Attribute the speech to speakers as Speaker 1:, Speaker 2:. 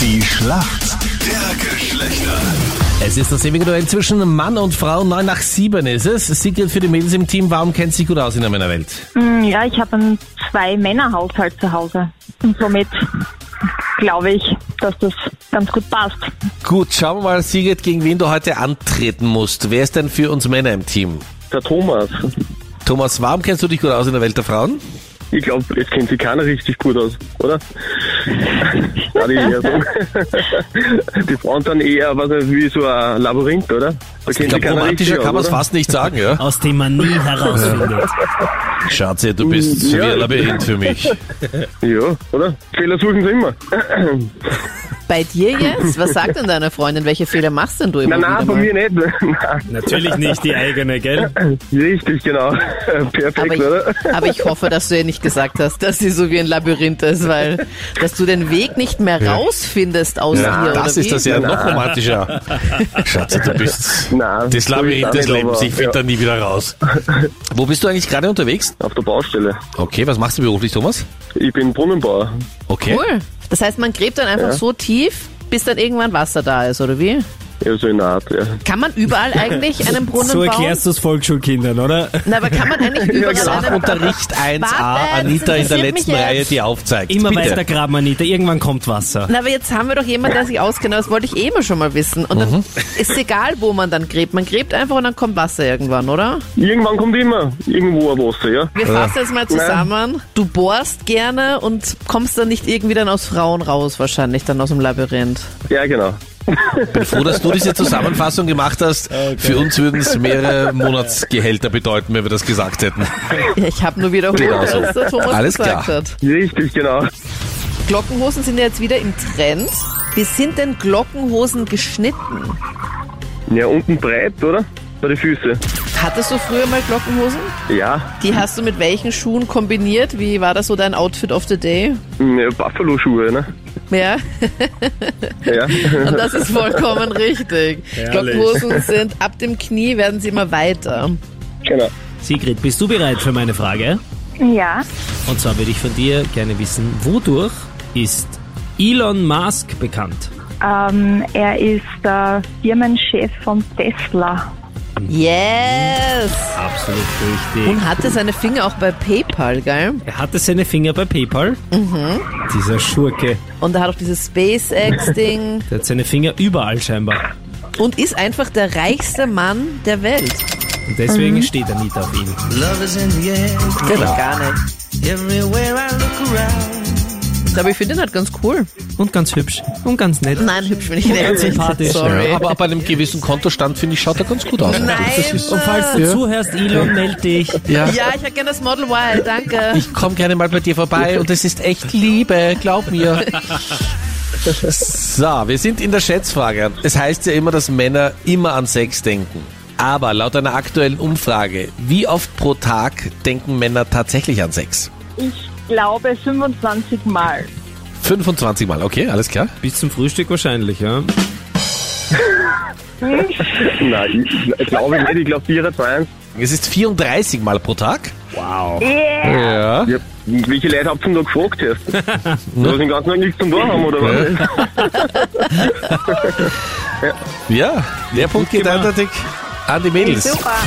Speaker 1: Die Schlacht der Geschlechter.
Speaker 2: Es ist das ewige Duell zwischen Mann und Frau. Neun nach sieben ist es. Sie gilt für die Mädels im Team. Warum kennt sie gut aus in der Männerwelt?
Speaker 3: Hm, Ja, ich habe einen Zwei-Männer-Haushalt zu Hause. Und somit glaube ich, dass das ganz gut passt.
Speaker 2: Gut, schauen wir mal, Sigrid, gegen wen du heute antreten musst. Wer ist denn für uns Männer im Team?
Speaker 4: Der Thomas.
Speaker 2: Thomas, warum kennst du dich gut aus in der Welt der Frauen?
Speaker 4: Ich glaube, es kennt sich keiner richtig gut aus, oder? Kann ich eher sagen. Die Frauen sind eher was weiß ich, wie so ein Labyrinth, oder? Da
Speaker 2: Also Ich
Speaker 4: kennt sich
Speaker 2: glaube,
Speaker 4: keiner
Speaker 2: romantischer
Speaker 4: richtig
Speaker 2: kann man
Speaker 4: aus,
Speaker 2: es
Speaker 4: oder?
Speaker 2: fast nicht sagen, ja?
Speaker 5: aus dem man nie herausfindet.
Speaker 2: Schatzi, du bist
Speaker 4: Ja.
Speaker 2: wie ein Labyrinth für mich.
Speaker 4: Ja, oder? Fehler suchen sie immer.
Speaker 6: Bei dir jetzt? Was sagt denn deine Freundin? Welche Fehler machst denn du immer
Speaker 4: Nein, nein,
Speaker 6: wieder
Speaker 4: bei
Speaker 6: mal?
Speaker 4: mir nicht. Nein,
Speaker 5: Natürlich nicht die eigene, gell?
Speaker 4: richtig, genau. Perfekt,
Speaker 6: aber,
Speaker 4: oder?
Speaker 6: ich, aber ich hoffe, dass du ihr nicht gesagt hast, dass sie so wie ein Labyrinth ist, weil dass du den Weg nicht mehr rausfindest aus ihr.
Speaker 2: das
Speaker 6: oder
Speaker 2: ist
Speaker 6: wie?
Speaker 2: das ja noch romantischer. Schatzi, du bist
Speaker 4: Nein,
Speaker 2: das Labyrinth
Speaker 4: so
Speaker 2: des
Speaker 4: ist auch nicht,
Speaker 2: Lebens.
Speaker 4: aber-
Speaker 2: Ich finde da nie wieder raus. Wo bist du eigentlich gerade unterwegs?
Speaker 4: Auf der Baustelle.
Speaker 2: Okay, was machst du beruflich, Thomas?
Speaker 4: Ich bin Brunnenbauer.
Speaker 2: Okay.
Speaker 6: Cool. Das heißt, man gräbt dann einfach so tief, bis dann irgendwann Wasser da ist, oder wie?
Speaker 4: Ja, so in der Art, ja.
Speaker 6: Kann man überall eigentlich einen Brunnen
Speaker 5: So
Speaker 6: bauen?
Speaker 5: erklärst du es Volksschulkindern, oder?
Speaker 6: Na, aber kann man eigentlich überall einen
Speaker 2: Sachunterricht 1a,
Speaker 6: Warte,
Speaker 2: Anita in der
Speaker 6: interessiert mich
Speaker 2: letzten
Speaker 6: jetzt.
Speaker 2: Reihe, die aufzeigt.
Speaker 5: Immer
Speaker 2: Bitte.
Speaker 5: weiter graben, Anita. Irgendwann kommt Wasser.
Speaker 6: Na, aber jetzt haben wir doch jemanden, der sich auskennt. Das wollte ich eh immer schon mal wissen. Und
Speaker 2: Mhm.
Speaker 6: dann ist egal, wo man dann gräbt. Man gräbt einfach und dann kommt Wasser irgendwann, oder?
Speaker 4: Irgendwann kommt immer irgendwo ein Wasser, ja.
Speaker 2: Äh.
Speaker 6: Wir fassen jetzt mal zusammen. Du bohrst gerne und kommst dann nicht irgendwie dann aus Frauen raus, wahrscheinlich dann aus dem Labyrinth.
Speaker 4: Ja, genau.
Speaker 2: bin froh, dass du diese Zusammenfassung gemacht hast. Für uns würden es mehrere Monatsgehälter bedeuten, wenn wir das gesagt hätten.
Speaker 6: Ja, ich habe nur wiederholt,
Speaker 2: Genau so.
Speaker 6: was der Thomas
Speaker 2: Alles
Speaker 6: gesagt
Speaker 2: klar.
Speaker 6: hat.
Speaker 4: Richtig, genau.
Speaker 6: Glockenhosen sind ja jetzt wieder im Trend. Wie sind denn Glockenhosen geschnitten?
Speaker 4: Ja, unten breit, oder? Bei den Füßen.
Speaker 6: Hattest du früher mal Glockenhosen?
Speaker 4: Ja,
Speaker 6: Die hast du mit welchen Schuhen kombiniert? Wie war das so dein Outfit of the Day?
Speaker 4: ja Buffalo-Schuhe, ne?
Speaker 6: Ja,
Speaker 4: Ja.
Speaker 6: und das ist vollkommen richtig. Glockenhosen sind ab dem Knie werden sie immer weiter.
Speaker 4: Genau.
Speaker 5: Sigrid, bist du bereit für meine Frage?
Speaker 3: Ja,
Speaker 5: Und zwar würde ich von dir gerne wissen, wodurch ist Elon Musk bekannt?
Speaker 3: ähm, er ist der Firmenchef von Tesla.
Speaker 6: Yes!
Speaker 5: Absolut richtig.
Speaker 6: Und Hm. hatte seine Finger auch bei PayPal, gell?
Speaker 5: Er hatte seine Finger bei PayPal. Dieser Schurke.
Speaker 6: Und er hat auch dieses SpaceX-Ding
Speaker 5: Der hat seine Finger überall scheinbar.
Speaker 6: und ist einfach der reichste Mann der Welt.
Speaker 5: Und deswegen steht Anita auf ihn.
Speaker 7: Love is in the air,
Speaker 6: Genau. Gar nicht.
Speaker 7: everywhere I look around.
Speaker 6: Aber ich finde den halt ganz cool.
Speaker 5: Und ganz hübsch. Und ganz nett.
Speaker 6: Nein, hübsch bin ich nicht.
Speaker 5: Ganz sympathisch.
Speaker 6: Sorry.
Speaker 2: Aber ab einem gewissen Kontostand, finde ich, schaut er ganz gut aus.
Speaker 6: Nein.
Speaker 5: Und falls du zuhörst, Elon, meld dich.
Speaker 2: Ja.
Speaker 6: Ja, ich hätte gerne das Model Y, danke.
Speaker 2: Ich komme gerne mal bei dir vorbei und es ist echt Liebe, glaub mir. So, wir sind in der Schätzfrage. Es heißt ja immer, dass Männer immer an Sex denken. Aber laut einer aktuellen Umfrage, wie oft pro Tag denken Männer tatsächlich an Sex?
Speaker 3: Ich glaube 25 Mal.
Speaker 2: 25 Mal, okay, alles klar.
Speaker 5: Bis zum Frühstück wahrscheinlich, ja.
Speaker 4: Nein, ich gl- glaube ich nicht. Ich glaube 24.
Speaker 2: Es ist 34 Mal pro Tag.
Speaker 3: Yeah.
Speaker 2: Ja.
Speaker 4: Ja, welche Leute habt ihr denn da gefragt erst? Du hast den ganzen Tag nichts zum Tun haben, oder was?
Speaker 2: Ja, der Punkt geht eindeutig an die Mädels.
Speaker 3: Super.